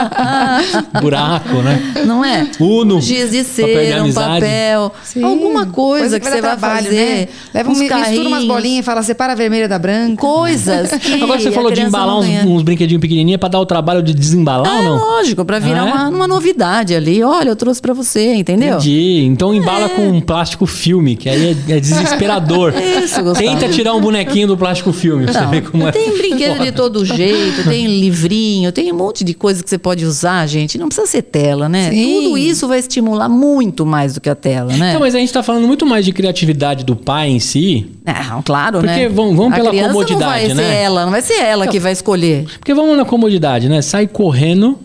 S1: Ah,
S2: Buraco, né?
S1: Não é?
S2: Uno.
S1: Giz de
S2: Papel de
S1: cera, um
S2: amizade.
S1: papel,
S3: Sim.
S1: alguma coisa, que,
S3: dar
S1: você vai
S3: trabalho,
S1: fazer.
S3: Né? Leva um,
S1: uns
S3: mistura umas
S1: carrinhos,
S3: bolinhas e fala separa a vermelha da branca.
S1: Coisas que
S2: Agora você
S1: a
S2: falou de
S1: criança
S2: embalar
S1: não
S2: uns,
S1: ganha.
S2: uns brinquedinhos pequenininhos pra dar o trabalho de desembalar
S1: É
S2: ou não?
S1: lógico, pra virar
S2: Ah, é?
S1: uma, uma novidade ali. Olha, eu trouxe pra você, entendeu?
S2: Entendi. Então embala com
S1: É.
S2: um plástico filme, que aí é, é desesperador.
S1: Isso, Gustavo.
S2: Tenta tirar um bonequinho do plástico filme, pra você
S1: É, Não,
S2: ver como é.
S1: Tem brinquedo de todo jeito, tem livrinho, tem um monte de coisa que você pode usar, gente. Não precisa ser tela, né?
S3: Sim.
S1: Tudo isso vai estimular muito mais do que a tela, né?
S2: Então, mas a gente tá falando muito mais de criatividade do pai em si.
S1: Não, claro, né?
S2: Porque vão- vão
S1: a
S2: pela
S1: criança
S2: comodidade,
S1: não vai ser
S2: né?
S1: ela, não vai ser ela que vai escolher.
S2: Porque vamos na comodidade, né? Sai correndo.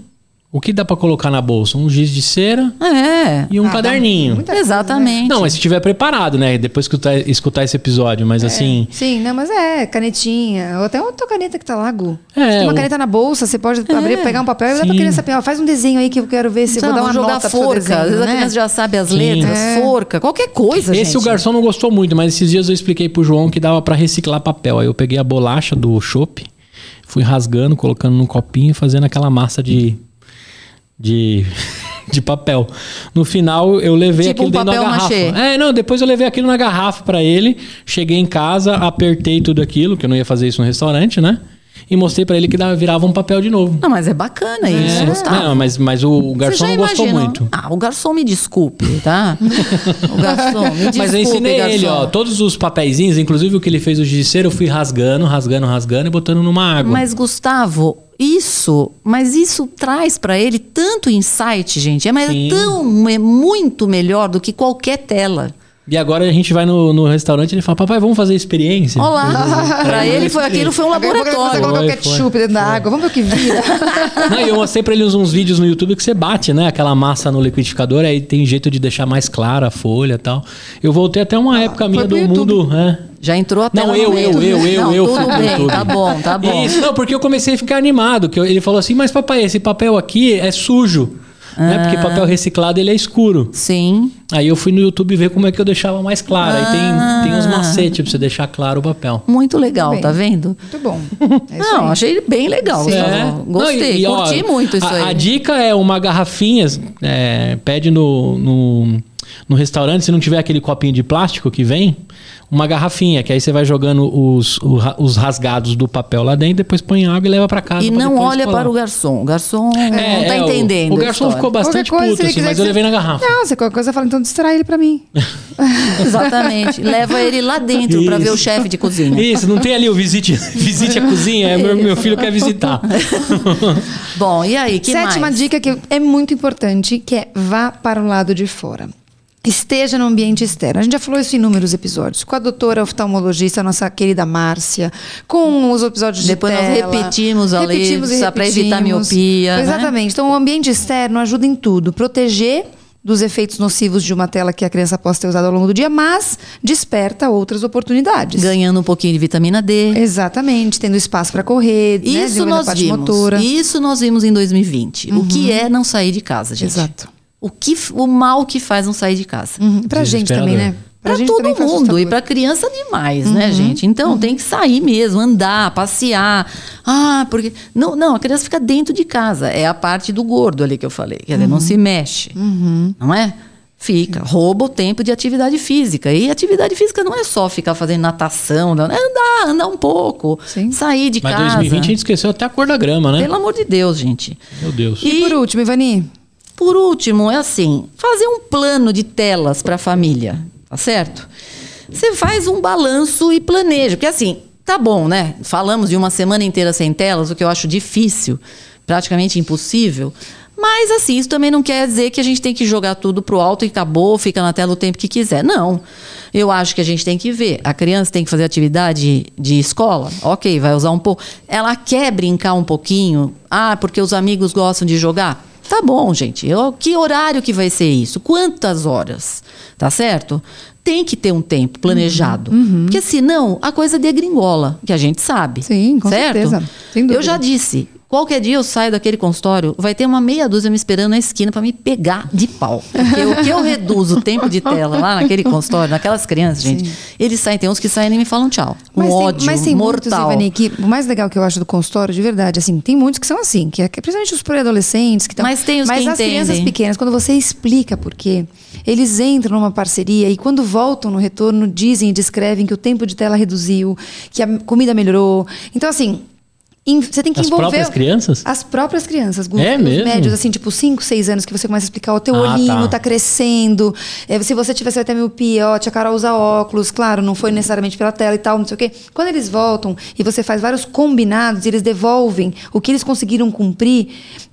S2: O que dá pra colocar na bolsa? Um giz de cera
S1: É,
S2: e um
S3: Ah, dá
S2: caderninho.
S3: muita coisa,
S1: exatamente.
S2: Não, mas se estiver preparado, né? Depois que escutar, escutar esse
S1: É.
S2: episódio, mas assim.
S3: Sim, não, mas é, canetinha. Ou até outra caneta que tá lá, Gu.
S2: É,
S3: Você tem uma
S2: o-
S3: caneta na bolsa, você pode abrir, pegar um papel e dá pra
S2: Sim.
S3: criança ó, faz um desenho aí que eu quero ver se eu
S1: É. Então, Não,
S3: vou dar uma
S1: jogar
S3: nota pro seu
S1: forca. Às
S3: desenho,
S1: vezes a
S3: né? É.
S1: criança já sabe as
S2: Sim.
S1: letras, forca, qualquer coisa,
S2: Esse
S1: gente. né?
S2: o garçom não gostou muito, mas esses dias eu expliquei pro João que dava pra reciclar papel. Aí eu peguei a bolacha do chopp, fui rasgando, colocando num copinho e fazendo aquela massa de. de. de papel. No final eu levei
S1: Tipo
S2: aquilo
S1: um
S2: dentro da
S1: papel
S2: garrafa.
S1: machê.
S2: É, não, depois eu levei aquilo na garrafa pra ele, cheguei em casa, apertei tudo aquilo, que eu não ia fazer isso no restaurante, né? E mostrei pra ele que dava, virava um papel de novo.
S1: Não, mas é bacana isso,
S2: É,
S1: Gustavo.
S2: Não, mas, mas o
S1: Você
S2: garçom
S1: já
S2: não gostou
S1: imagina-
S2: muito.
S1: Ah, o garçom me desculpe, tá? O garçom, me desculpe,
S2: Mas eu ensinei
S1: garçom.
S2: ele, ó, todos os papeizinhos, inclusive o que ele fez o giseiro, eu fui rasgando, rasgando, rasgando e botando numa água.
S1: Mas Gustavo, isso, mas isso traz pra ele tanto insight, gente. É, mas é
S2: Sim.
S1: tão é muito melhor do que qualquer tela.
S2: E agora a gente vai no, no restaurante e ele fala, papai, vamos fazer experiência?
S1: Olá,
S2: É,
S1: pra ele foi aquilo foi um
S3: Daqui a pouco Você
S1: laboratório.
S3: colocar o
S2: Foi,
S3: ketchup
S2: foi,
S3: dentro da água, vamos ver o que vira.
S2: Não, e eu mostrei pra ele uns, uns vídeos no YouTube que você bate, né? Aquela massa no liquidificador, aí tem jeito de deixar mais clara a folha e tal. Eu voltei até uma época minha
S3: pro
S2: do
S3: YouTube.
S2: mundo. é.
S1: Já entrou a tela
S2: Não,
S1: no
S2: eu, eu,
S1: meio.
S2: eu, eu,
S1: Não,
S2: eu fui
S1: Tudo
S2: pro
S1: bem,
S2: YouTube.
S1: tá bom, tá bom.
S2: Isso, não, porque eu comecei a ficar animado. Que eu- ele falou assim, mas papai, esse papel aqui é sujo. Né?
S1: Ah.
S2: Porque papel reciclado ele é escuro.
S1: Sim.
S2: Aí eu fui no YouTube ver como é que eu deixava mais claro.
S1: Ah.
S2: Aí tem, tem uns macetes pra você deixar claro o papel.
S1: Muito legal,
S3: Muito
S1: tá
S3: bem.
S1: vendo?
S3: Muito bom. É isso
S1: Não,
S3: aí.
S1: achei bem legal.
S2: É.
S1: Gustavo. Gostei,
S2: Não, e- e, ó,
S1: curti muito isso
S2: a,
S1: aí.
S2: A dica é uma garrafinha, é, pede no, no, no restaurante, se não tiver aquele copinho de plástico que vem, uma garrafinha, que aí você vai jogando os, o ra- os rasgados do papel lá dentro, depois põe água e leva pra casa.
S1: E
S2: pra
S1: não
S2: depois
S1: olha
S2: colar.
S1: para o garçom. O garçom não tá
S2: é, o-
S1: entendendo.
S2: O,
S1: a
S2: garçom
S1: história.
S2: ficou bastante
S3: Qualquer coisa, se
S2: puto,
S3: ele
S2: assim,
S3: quiser
S2: mas
S3: que
S2: eu
S3: você-
S2: levei na garrafa.
S3: Não, você qualquer coisa fala, então distrai ele pra mim.
S1: Exatamente. Leva ele lá dentro para
S2: Isso.
S1: ver o chefe de cozinha.
S2: Isso, não tem ali o visite, visite a cozinha, é, meu, meu filho quer visitar.
S1: Bom, e aí, que
S3: Sétima
S1: mais?
S3: dica que é muito importante, que é vá para o lado de fora. Esteja no ambiente externo. A gente já falou isso em inúmeros episódios. Com a doutora oftalmologista, nossa querida Márcia, com os episódios
S1: Depois
S3: de
S1: nós
S3: tela.
S1: repetimos a lei,
S3: Repetimos e
S1: só pra evitar
S3: repetimos.
S1: miopia, né?
S3: Exatamente. Então, o ambiente externo ajuda em tudo. Proteger dos efeitos nocivos de uma tela que a criança possa ter usado ao longo do dia, mas desperta outras oportunidades.
S1: Ganhando um pouquinho de vitamina
S3: É,
S1: D.
S3: Exatamente, tendo espaço para correr, né,
S1: Isso
S3: desenvolvendo a
S1: nós
S3: né, parte
S1: vimos.
S3: motora. Uhum.
S1: Isso nós vimos em 2020. O que é não sair de casa, gente?
S3: Exato.
S1: O, que, f- o mal que faz não sair de casa.
S3: Uhum, Pra
S2: é
S3: gente também, né?
S1: Pra,
S3: gente
S1: todo
S3: também foi
S1: mundo e
S3: assustador.
S1: pra criança demais,
S3: Uhum.
S1: né, gente? Então tem que sair mesmo, andar, passear. Ah, porque não, não, a criança fica dentro de casa. É a parte do gordo ali que eu falei, que ele não
S3: Uhum.
S1: se mexe, não é? Fica, rouba o tempo de atividade física. E atividade física não é só ficar fazendo natação, não. é andar, andar um pouco,
S3: Sim.
S1: sair de
S2: Mas
S1: casa.
S2: 2020 a gente esqueceu até a cor da grama, né?
S1: Pelo amor de Deus, gente.
S2: Meu Deus.
S3: E por último, Ivani?
S1: Por último, é assim, fazer um plano de telas para a família, tá certo? Você faz um balanço e planeja, porque assim, tá bom, né? Falamos de uma semana inteira sem telas, o que eu acho difícil, praticamente impossível. Mas assim, isso também não quer dizer que a gente tem que jogar tudo pro alto e acabou, fica na tela o tempo que quiser. Não. Eu acho que a gente tem que ver. A criança tem que fazer atividade de escola? Ok, vai usar um pouco. Ela quer brincar um pouquinho? Ah, porque os amigos gostam de jogar? Tá bom, gente. Eu, que horário que vai ser isso? Quantas horas? Tá certo? Tem que ter um tempo
S3: Uhum.
S1: planejado. Porque senão a coisa degringola, que a gente sabe.
S3: Sim, com
S1: certo?
S3: certeza. Sem dúvida.
S1: Eu já disse. Qualquer dia eu saio daquele consultório, vai ter uma meia dúzia me esperando na esquina para me pegar de pau. Porque o que eu reduzo o tempo de tela lá naquele consultório, naquelas crianças, gente, eles saem, tem uns que saem e me falam tchau. Um ódio
S3: mas tem
S1: mortal.
S3: muitos, Ivani, que o mais legal que eu acho do consultório, de verdade, assim, tem muitos que são assim, que é que- principalmente os pré-adolescentes que estão.
S1: Mas tem os
S3: Mas
S1: que
S3: as crianças
S1: entendem.
S3: pequenas, quando você explica por quê, eles entram numa parceria e quando voltam no retorno, dizem e descrevem que o tempo de tela reduziu, que a comida melhorou. Então, assim. em- Você tem que
S2: As
S3: envolver.
S2: próprias crianças?
S3: As próprias crianças, Gu,
S2: É
S3: os
S2: mesmo?
S3: médios, assim, tipo 5, 6 anos, que você começa a explicar o teu
S2: Ah,
S3: olhinho,
S2: tá.
S3: tá crescendo. É, se você tivesse até miopia, ó, tia Carol usa óculos, claro, não foi necessariamente pela tela e tal, não sei o quê. Quando eles voltam e você faz vários combinados e eles devolvem o que eles conseguiram cumprir,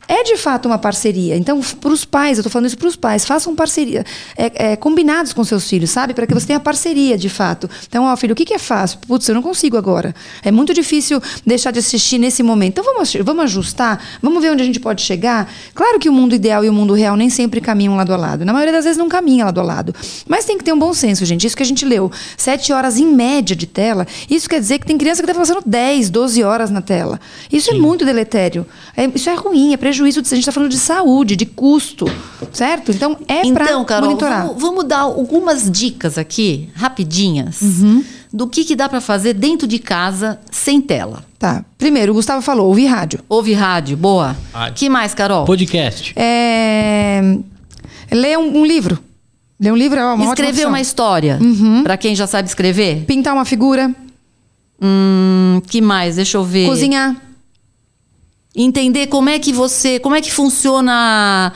S3: é de fato uma parceria. Então, para os pais, eu tô falando isso para os pais, façam parceria, é, é, combinados com seus filhos, sabe? Para que você tenha parceria de fato. Então, ó, filho, o que, que é fácil? Putz, eu não consigo agora. É muito difícil deixar de assistir nesse momento. Então, vamos, ach- vamos ajustar, vamos ver onde a gente pode chegar. Claro que o mundo ideal e o mundo real nem sempre caminham lado a lado. Na maioria das vezes não caminha lado a lado. Mas tem que ter um bom senso, gente. Isso que a gente leu. Sete horas em média de tela, isso quer dizer que tem criança que está passando 10, 12 horas na tela. Isso é muito deletério. É- isso é ruim, é prejuízo. de- A gente está falando de saúde, de custo, certo? Então, é
S1: então,
S3: para
S1: Carol,
S3: monitorar.
S1: vamos, vamos dar algumas dicas aqui, rapidinhas,
S3: Uhum.
S1: do que, que dá para fazer dentro de casa sem tela.
S3: Tá. Primeiro, o Gustavo falou, ouvir rádio.
S1: Ouve rádio, boa.
S2: Rádio.
S1: que mais, Carol?
S2: Podcast.
S3: É, ler um, um livro. Ler um livro é uma ótima
S1: Escrever
S3: opção. Uhum.
S1: uma história, para quem já sabe escrever.
S3: Pintar uma figura,
S1: Hum, que mais? Deixa eu ver.
S3: cozinhar.
S1: Entender como é que você, como é que funciona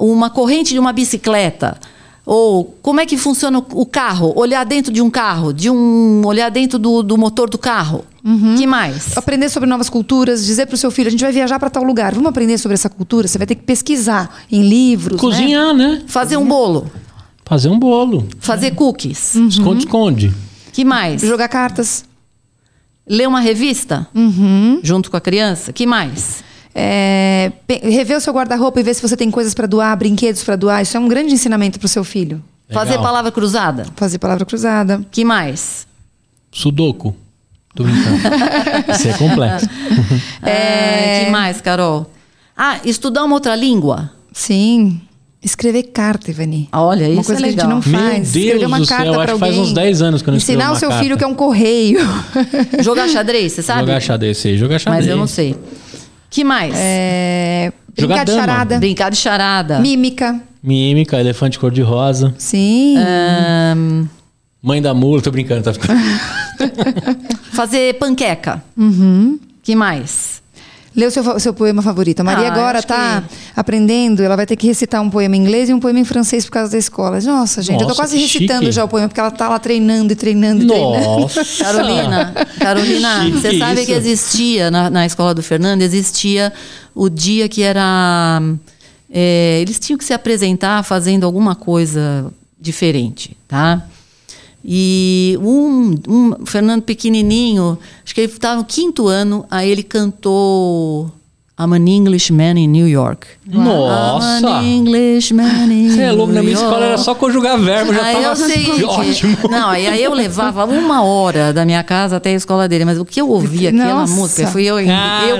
S1: uma corrente de uma bicicleta. Ou como é que funciona o- o carro? Olhar dentro de um carro, de um. olhar dentro do, do motor do carro.
S3: Uhum.
S1: Que mais?
S3: Aprender sobre novas culturas, dizer pro seu filho, a gente vai viajar para tal lugar, vamos aprender sobre essa cultura, você vai ter que pesquisar em livros, né?
S2: Cozinhar, né?
S1: Fazer um bolo.
S2: Fazer um bolo.
S1: Fazer cookies.
S2: Esconde-esconde.
S1: Que mais?
S3: Jogar cartas,
S1: Ler uma revista junto com a criança. Que mais?
S3: é, pe- rever o seu guarda-roupa e ver se você tem coisas para doar, brinquedos para doar, isso é um grande ensinamento pro seu filho.
S2: Legal.
S1: Fazer palavra cruzada.
S3: Fazer palavra cruzada.
S1: Que mais?
S2: Sudoku. Tô brincando. Isso é complexo.
S1: Ah, que mais, Carol? Ah, estudar uma outra língua.
S3: Sim. Escrever carta, Ivani.
S1: Olha,
S3: uma
S1: isso
S3: coisa
S1: é
S3: que a gente
S1: legal.
S3: não
S2: Meu
S3: faz.
S2: Deus
S3: Escrever uma
S2: do céu,
S3: carta
S2: acho
S3: pra
S2: que
S3: alguém.
S2: faz uns 10 anos que eu não escrevo
S3: Ensinar o
S2: uma
S3: seu
S2: carta.
S3: filho que é um correio.
S1: Jogar xadrez, você sabe?
S2: Jogar xadrez, sei. Jogar xadrez.
S1: Mas eu não sei. Que mais?
S3: É,
S2: Jogar
S3: brincar de
S2: dama.
S3: charada.
S1: Brincar de charada.
S3: Mímica.
S2: Mímica, elefante cor-de-rosa.
S3: Sim.
S1: É. Ahn,
S2: Mãe da mula, tô brincando. Tá ficando...
S1: fazer panqueca. Que mais?
S3: Lê o seu, fa- seu poema favorito. A Maria
S1: Ah,
S3: agora
S1: acho
S3: tá
S1: que-
S3: aprendendo, ela vai ter que recitar um poema em inglês e um poema em francês por causa da escola. Nossa, gente, eu tô
S2: Nossa,
S3: quase
S2: que
S3: recitando
S2: chique.
S3: já o poema, porque ela tá lá treinando e treinando e treinando.
S2: Nossa.
S1: Carolina, Carolina,
S2: Chique
S1: você sabe
S2: isso.
S1: que existia na, na escola do Fernando, existia o dia que era. é, eles tinham que se apresentar fazendo alguma coisa diferente, tá? E um, um Fernando pequenininho, acho que ele estava no quinto ano, aí ele cantou I'm an Englishman in New York.
S2: Nossa.
S1: I'm an Englishman in
S2: Você é louco, na minha
S1: New
S2: escola era
S1: York.
S2: só conjugar verbo, já
S1: Aí
S2: tava assim,
S1: é o seguinte,
S2: ótimo.
S1: Não, aí aí eu levava uma hora da minha casa até a escola dele, mas o que eu ouvia aquela
S3: Nossa.
S1: música, fui eu, eu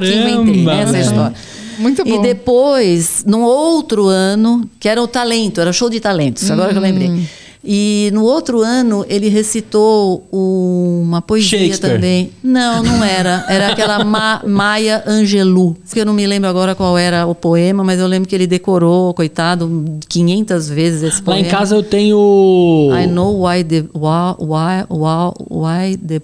S1: que inventei né,
S2: Caramba,
S1: essa
S2: velho.
S1: história.
S3: Muito
S1: E
S3: bom.
S1: depois, num outro ano, que era o talento, era show de talentos, agora
S3: Hum.
S1: que eu lembrei. E no outro ano ele recitou uma poesia
S2: Shakespeare.
S1: também. Não, não era. Era aquela Ma- Maia Angelou. Que eu não me lembro agora qual era o poema, mas eu lembro que ele decorou, coitado, 500 vezes esse
S2: Lá
S1: poema.
S2: em casa eu tenho.
S1: I know why the why why why, why the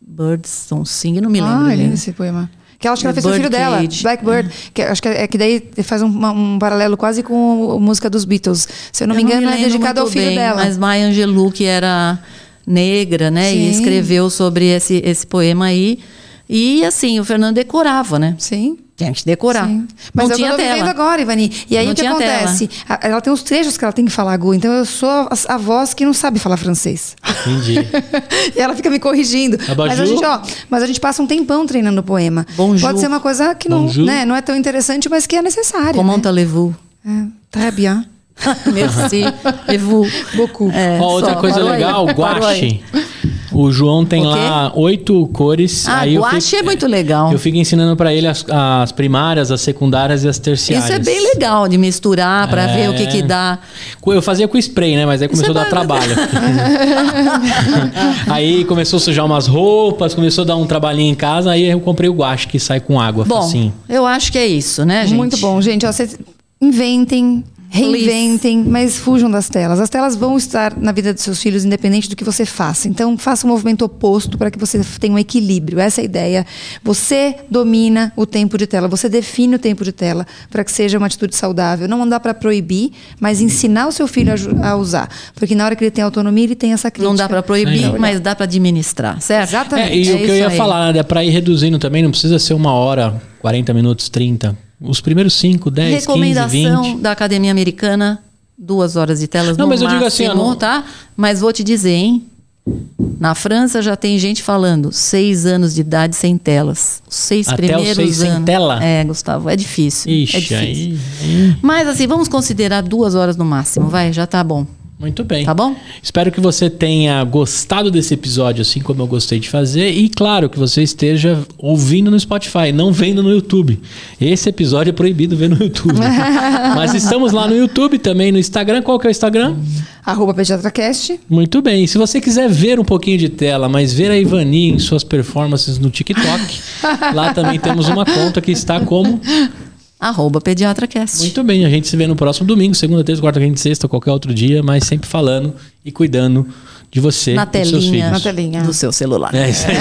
S1: birds don't sing. Eu não me lembro.
S3: Ah, lindo
S1: dele.
S3: esse poema. Que ela acho que ela
S1: The
S3: fez com o filho
S1: Bird
S3: dela,
S1: Cage.
S3: Blackbird. Que acho que é que daí faz um, uma- um paralelo quase com o- a música dos Beatles. Se eu não me engano, é
S1: lembro
S3: dedicado ao
S1: muito
S3: filho
S1: bem,
S3: dela.
S1: Mas Maya Angelou que era negra, né,
S3: Sim.
S1: e escreveu sobre esse esse poema aí. E assim, o Fernando decorava, né?
S3: Sim.
S1: Tinha que decorar.
S3: Sim. Mas é
S1: não
S3: eu
S1: tinha
S3: tô vivendo
S1: tela.
S3: agora, Ivani. E aí
S1: Não
S3: o que
S1: tinha tela.
S3: acontece? A- Ela tem uns trechos que ela tem que falar, Gu. Então eu sou a, a voz que não sabe falar francês.
S2: Entendi.
S3: e ela fica me corrigindo.
S2: Abajur.
S3: Mas a, gente, ó, mas a gente passa um tempão treinando o poema.
S1: Bonjour.
S3: Pode ser uma coisa que não,
S2: Bonjour.
S3: né, não é tão interessante, mas que é necessária.
S1: Comment
S3: né?
S1: allez-vous?
S3: É, tá bien.
S1: Merci, et vous?
S3: Beaucoup.
S1: É,
S2: Ó, outra
S1: só,
S2: coisa
S1: parou aí,
S2: legal,
S1: parou aí.
S2: guache. O João tem
S1: O quê?
S2: lá oito cores.
S1: Ah,
S2: aí eu
S1: guache
S2: fico-
S1: é muito legal.
S2: Eu fico ensinando pra ele as, as primárias, as secundárias e as terciárias.
S1: Isso é bem legal de misturar pra
S2: É.
S1: ver o que que dá.
S2: Co- Eu fazia com spray, né? Mas aí começou a dar
S1: é
S2: trabalho. aí começou a sujar umas roupas, começou a dar um trabalhinho em casa. Aí eu comprei o guache que sai com água,
S1: Bom,
S2: assim.
S1: eu acho que é isso, né, gente?
S3: Muito bom, gente. Ó, vocês inventem, reinventem, mas fujam das telas. As telas vão estar na vida dos seus filhos, independente do que você faça. Então, faça um movimento oposto para que você tenha um equilíbrio. Essa é a ideia. Você domina o tempo de tela, você define o tempo de tela para que seja uma atitude saudável. Não dá para proibir, mas ensinar o seu filho a ju- a, usar. Porque na hora que ele tem autonomia, ele tem essa crítica.
S1: Não dá pra proibir,
S2: Legal.
S1: mas dá pra administrar, certo?
S3: Exatamente.
S2: É, e o que eu
S1: isso
S2: ia
S1: aí.
S2: falar, né? Pra ir reduzindo também, não precisa ser uma hora, 40 minutos, 30. Os primeiros 5, 10, 15,
S1: Recomendação
S2: 20.
S1: da Academia Americana, duas horas de telas
S2: Não,
S1: no
S2: mas eu
S1: máximo,
S2: digo assim, eu não-
S1: tá? Mas vou te dizer, hein? Na França já tem gente falando seis anos de idade sem telas. Os seis
S2: Até os
S1: primeiros
S2: seis sem
S1: anos.
S2: tela?
S1: É, Gustavo, é difícil. é
S2: Ixi,
S1: difícil.
S2: aí, aí.
S1: Mas assim, vamos considerar duas horas no máximo, vai, já tá bom.
S2: Muito bem.
S1: Tá bom?
S2: Espero que você tenha gostado desse episódio, assim como eu gostei de fazer. E claro, que você esteja ouvindo no Spotify, não vendo no YouTube. Esse episódio é proibido ver no YouTube. Mas estamos lá no YouTube também, no Instagram. Qual que é o Instagram?
S3: Arroba PediatraCast.
S2: Muito bem. Se você quiser ver um pouquinho de tela, mas ver a Ivani em suas performances no TikTok, lá também temos uma conta que está como.
S1: Arroba PediatraCast.
S2: Muito bem, a gente se vê no próximo domingo, segunda, terça, quarta, quinta, sexta, qualquer outro dia, mas sempre falando e cuidando de você
S1: na
S2: e dos seus filhos.
S1: telinha,
S3: Na telinha.
S1: do seu celular.
S2: É isso aí.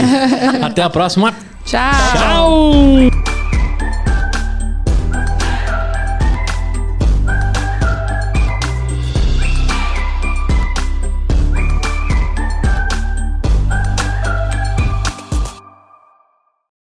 S2: Até a próxima.
S3: Tchau.
S2: Tchau!